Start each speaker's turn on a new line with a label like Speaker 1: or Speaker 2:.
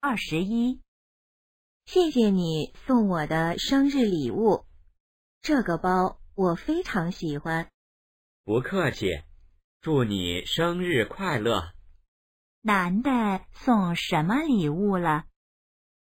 Speaker 1: 二十一，谢谢你送我的生日礼物，这个包我非常喜欢。
Speaker 2: 不客气，祝你生日快乐。
Speaker 1: 男的送什么礼物了？